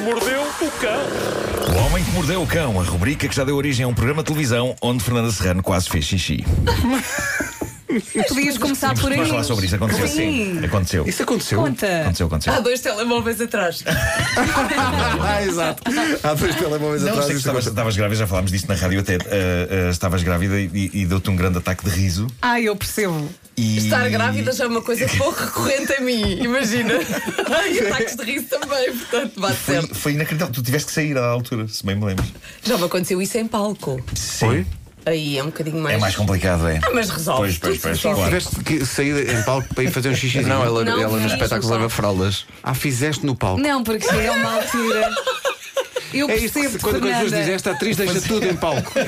O cão. O Homem que Mordeu o Cão, a rubrica que já deu origem a um programa de televisão onde Fernanda Serrano quase fez xixi. Podias começar Tá por aí. Vamos falar sobre isso. Aconteceu. Sim. Aconteceu. Isso aconteceu? Conta. Aconteceu, aconteceu. Há dois telemóveis atrás. Ah, exato. Há dois telemóveis Não, atrás. sei que isso estavas, aconteceu. estavas grávida, já falámos disso na rádio até. ah, ah, estavas grávida e, e deu-te um grande ataque de riso. Ai, Ah, eu percebo. E... Estar grávida já é uma coisa pouco recorrente a mim, imagina. e ataques de riso também, portanto, bate Foi, certo. foi inacreditável. Tu tiveste que sair à altura, se bem me lembro. Já me aconteceu isso em palco. Sim. Aí é um bocadinho mais. É mais complicado, é? Ah, mas resolve. Pois, pois, Tudo pois, se resolve. claro. Tiveste que sair em palco para ir fazer um xixi. Não, ela, Não, ela não no é espetáculo isso, leva só. fraldas. Ah, fizeste no palco. Não, porque chega a uma altura. Eu É isso que percebo, se- quando quando as pessoas Fernanda. dizem esta atriz deixa tudo em palco. É, é-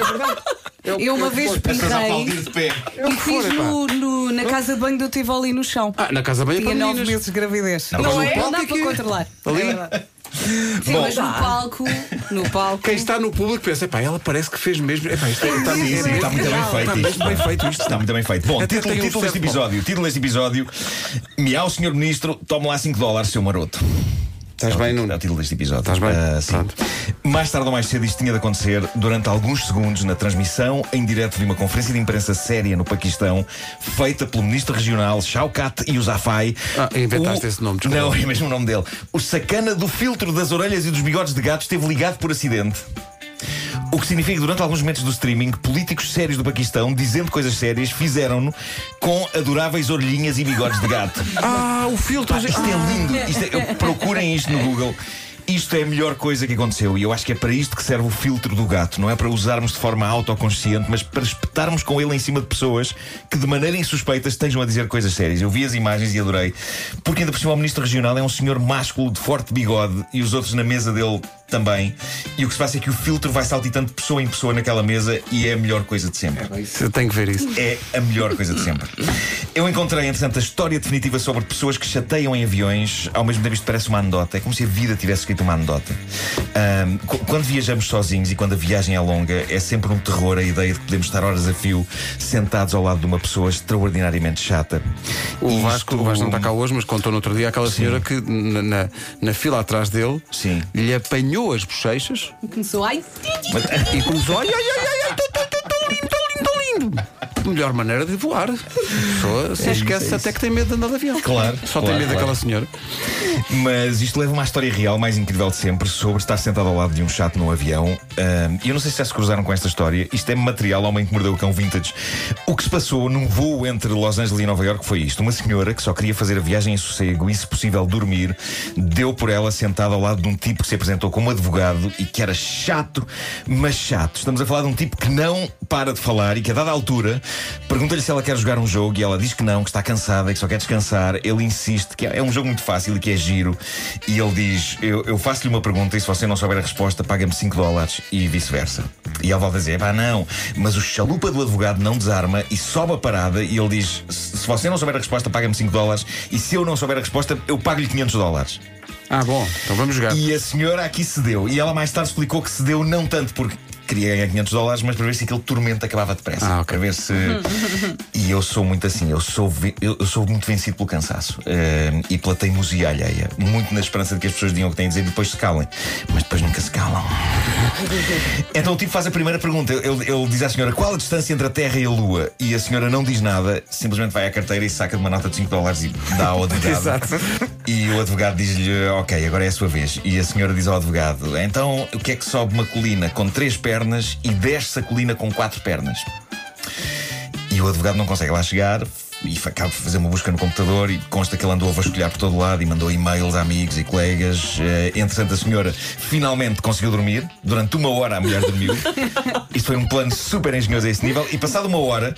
é verdade. É o- Eu uma é o que vez foi. pinto- Estás a aplaudir de pé. E fiz fora, pá. no, no- na casa de banho do Tivoli no chão. Ah, na casa bem Tinha nove meses de gravidez. Não, mas é? no Não dá palco para é que- controlar. Ali? É verdade. Sim, Bom. mas no palco. No palco. Quem está no público pensa, pá, ela parece que fez mesmo. Epá, isto está, Sim, Sim, sim, é está muito bem mesmo. feito Está isto. mesmo bem feito isto. Está muito bem feito. Bom, Até título, tem um título deste certo ponto. episódio. Título deste episódio. Miau, senhor ministro, toma lá 5 dólares, seu maroto. Estás bem, É o Nuno? título deste episódio. Estás bem? Ah, sim. Pronto. Mais tarde ou mais cedo isto tinha de acontecer durante alguns segundos na transmissão em direto de uma conferência de imprensa séria no Paquistão, feita pelo ministro regional Shaukat Yousafzai. Ah, inventaste esse nome, desculpa. Não, é mesmo o nome dele. O sacana do filtro das orelhas e dos bigodes de gato esteve ligado por acidente. O que significa que durante alguns momentos do streaming, políticos sérios do Paquistão, dizendo coisas sérias, fizeram-no com adoráveis orelhinhas e bigodes de gato. Ah, o filtro. Pá, isto é lindo. Isto é- eu- procurem isto no Google. Isto é a melhor coisa que aconteceu e eu acho que é para isto que serve o filtro do gato. Não é para usarmos de forma autoconsciente, mas para espetarmos com ele em cima de pessoas que de maneira insuspeita estejam a dizer coisas sérias. Eu vi as imagens e adorei. Porque ainda por cima o ministro regional é um senhor másculo de forte bigode e os outros na mesa dele também. E o que se passa é que o filtro vai saltitando de pessoa em pessoa naquela mesa e é a melhor coisa de sempre Eu tenho que ver isso. é a melhor coisa de sempre. Eu encontrei, entretanto, a história definitiva sobre pessoas que chateiam em aviões, ao mesmo tempo isto parece uma anedota, é como se a vida tivesse escrito uma anedota. Ahm, qu- quando viajamos sozinhos e quando a viagem é longa, é sempre um terror a ideia de que podemos estar horas a fio sentados ao lado de uma pessoa extraordinariamente chata. O E Vasco, isto- o Vasco não está cá hoje, mas contou no outro dia aquela senhora que na, na- na fila atrás dele Sim. lhe apanhou as bochechas E começou. Ai, Mas- e começou. Ai, ai, ai, ai, ai, tão, tão, tão, tão lindo, tão lindo, tão lindo. Melhor maneira de voar. A pessoa se esquece É isso. até que tem medo de andar de avião. Claro, Só tem claro, medo claro. daquela senhora. Mas isto leva-me à história real mais incrível de sempre sobre estar sentado ao lado de um chato num avião. Ahm, E eu não sei se já se cruzaram com esta história. Isto é material Homem que Mordeu o Cão Vintage. O que se passou num voo entre Los Angeles e Nova York foi isto. Uma senhora que só queria fazer a viagem em sossego e, se possível, dormir, deu por ela sentada ao lado de um tipo que se apresentou como advogado e que era chato, mas chato. Estamos a falar de um tipo que não para de falar e que, a dada altura, pergunta-lhe se ela quer jogar um jogo e ela diz que não, que está cansada e que só quer descansar. Ele insiste que é um jogo muito fácil e que é giro. E ele diz: Eu, eu faço-lhe uma pergunta e se você não souber a resposta, paga-me 5 dólares e vice-versa. E ela volta a dizer: Pá, não. Mas o chalupa do advogado não desarma e sobe a parada e ele diz: Se se você não souber a resposta, paga-me 5 dólares e se eu não souber a resposta, eu pago-lhe 500 dólares. Ah, bom, então vamos jogar. E a senhora aqui cedeu. E ela mais tarde explicou que cedeu não tanto porque queria ganhar 500 dólares, mas para ver se aquele tormento acabava depressa. Ah, ok. Para ver se. e eu sou muito assim, eu sou, ve- eu eu sou muito vencido pelo cansaço eh, e pela teimosia alheia. Muito na esperança de que as pessoas digam o que têm a dizer e depois se calem. Mas depois nunca se calam. Então o tipo faz a primeira pergunta. Ele, ele diz à senhora qual a distância entre a Terra e a Lua. E a senhora não diz nada, simplesmente vai à carteira e saca de uma nota de 5 dólares e dá ao advogado. Exato. E o advogado diz-lhe: Ok, agora é a sua vez. E a senhora diz ao advogado: Então o que é que sobe uma colina com três pernas e desce a colina com quatro pernas? E o advogado não consegue lá chegar e fa- acaba por fazer uma busca no computador e consta que ele andou a vasculhar por todo lado e mandou e-mails a amigos e colegas. Eh, entretanto, a senhora finalmente conseguiu dormir. Durante uma hora a mulher dormiu. Isto foi um plano super engenhoso a esse nível. E passado uma hora.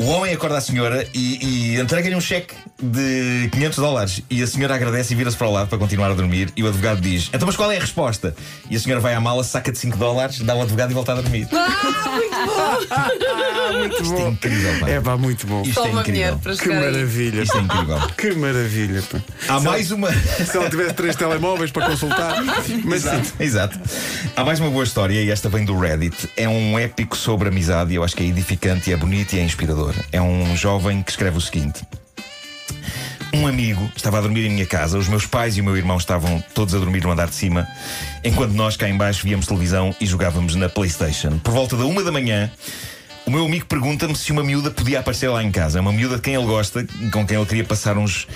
O homem acorda a senhora e, e entrega-lhe um cheque de 500 dólares. E a senhora agradece e vira-se para o lado para continuar a dormir. E o advogado diz: Então, mas qual é a resposta? E a senhora vai à mala, saca de 5 dólares, dá ao advogado e volta a dormir. Muito Isto é incrível, pá. É pá, muito bom. Isto é Toma incrível. mulher para Que chegar aí. maravilha. Isto é incrível. Que maravilha, pá. Há mais uma. Se ela tivesse três telemóveis para consultar, mas sim. Exato, exato. Há mais uma boa história e esta vem do Reddit. É um épico sobre amizade e eu acho que é edificante, e é bonito e é inspirador. É um jovem que escreve o seguinte: Um amigo estava a dormir em minha casa, os meus pais e o meu irmão estavam todos a dormir no andar de cima, enquanto nós cá embaixo víamos televisão e jogávamos na Playstation. Por volta da uma da manhã, o meu amigo pergunta-me se uma miúda podia aparecer lá em casa. É uma miúda de quem ele gosta, com quem ele queria passar uns,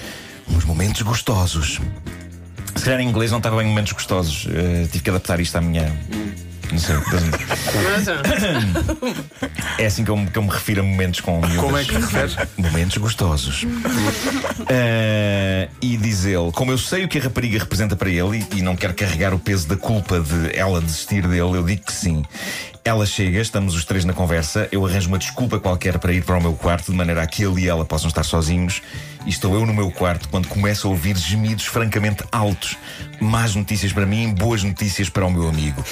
uns momentos gostosos. Se calhar em inglês não estava bem momentos gostosos. Eh, tive que adaptar isto à minha. Não sei. é assim que eu, me- que eu me refiro a momentos com miúdas. Como é que referes? Momentos gostosos. Eh, e diz ele: Como eu sei o que a rapariga representa para ele e, e não quero carregar o peso da culpa de ela desistir dele, eu digo que sim. Ela chega, estamos os três na conversa, eu arranjo uma desculpa qualquer para ir para o meu quarto, de maneira a que ele e ela possam estar sozinhos. E estou eu no meu quarto quando começo a ouvir gemidos francamente altos. Más notícias para mim, boas notícias para o meu amigo.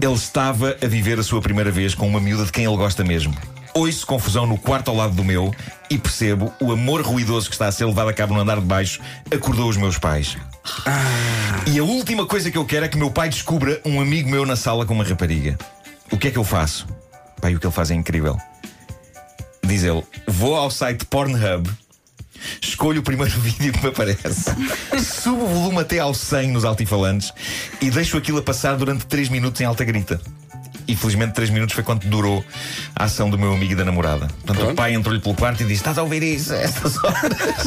Ele estava a viver a sua primeira vez com uma miúda de quem ele gosta mesmo. Ouço confusão no quarto ao lado do meu e percebo o amor ruidoso que está a ser levado a cabo no andar de baixo acordou os meus pais. E a última coisa que eu quero é que meu pai descubra um amigo meu na sala com uma rapariga. O que é que eu faço? Pai, o que ele faz é incrível. Diz ele: vou ao site Pornhub, escolho o primeiro vídeo que me aparece, subo o volume até ao 100 nos altifalantes e deixo aquilo a passar durante 3 minutos em alta grita. Infelizmente, 3 minutos foi quanto durou a ação do meu amigo e da namorada. Portanto, o pai entrou-lhe pelo quarto e disse: Estás a ouvir isso a estas horas?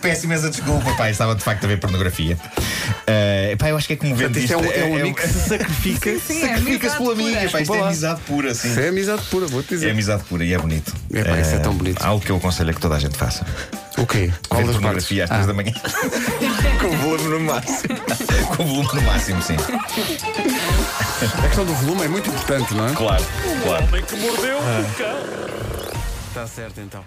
Peço imensa desculpa, pai. Estava de facto a ver pornografia. Uh, pai, eu acho que é comovente. Isto é um, isto. é um amigo que se sacrifica. Sim, sim, é Sacrifica-se amizade pelo amigo. pura. Pá, isto Desculpa é lá. amizade pura, sim. Isso é amizade pura, vou-te É dizer. amizade pura e é bonito. É, pá, isso é tão bonito. Algo que eu aconselho a que toda a gente faça. O quê? Qual É Ver das partes? Ah. pornografia às três da manhã. Com o volume no máximo. Com o volume no máximo, sim. A questão do volume é muito importante, não é? Claro, claro. Está certo então.